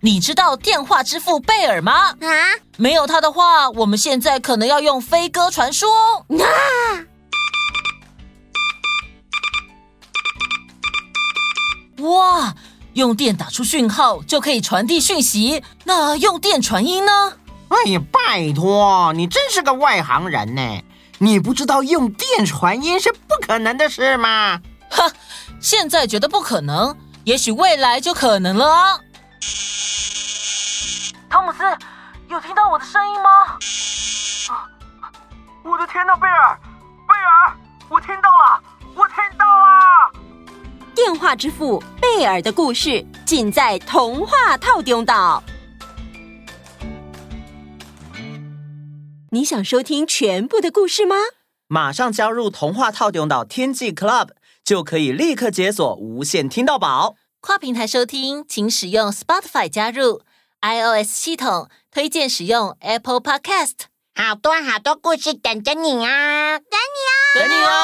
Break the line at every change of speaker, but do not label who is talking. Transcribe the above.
你知道电话之父贝尔吗？
啊
没有他的话，我们现在可能要用飞鸽传书哦。
啊！
哇，用电打出讯号就可以传递讯息，那用电传音呢？
哎呀，拜托，你真是个外行人呢！你不知道用电传音是不可能的事吗？
现在觉得不可能，也许未来就可能了啊！
汤姆斯，有听到我的声音吗？啊！我的天呐，贝尔，贝尔，我听到了，我听到了！
电话之父贝尔的故事，尽在童话套丁岛。你想收听全部的故事吗？
马上加入童话套用岛天际 Club，就可以立刻解锁无限听到宝。
跨平台收听，请使用 Spotify 加入 iOS 系统，推荐使用 Apple Podcast。
好多好多故事等着你啊！
等你哦。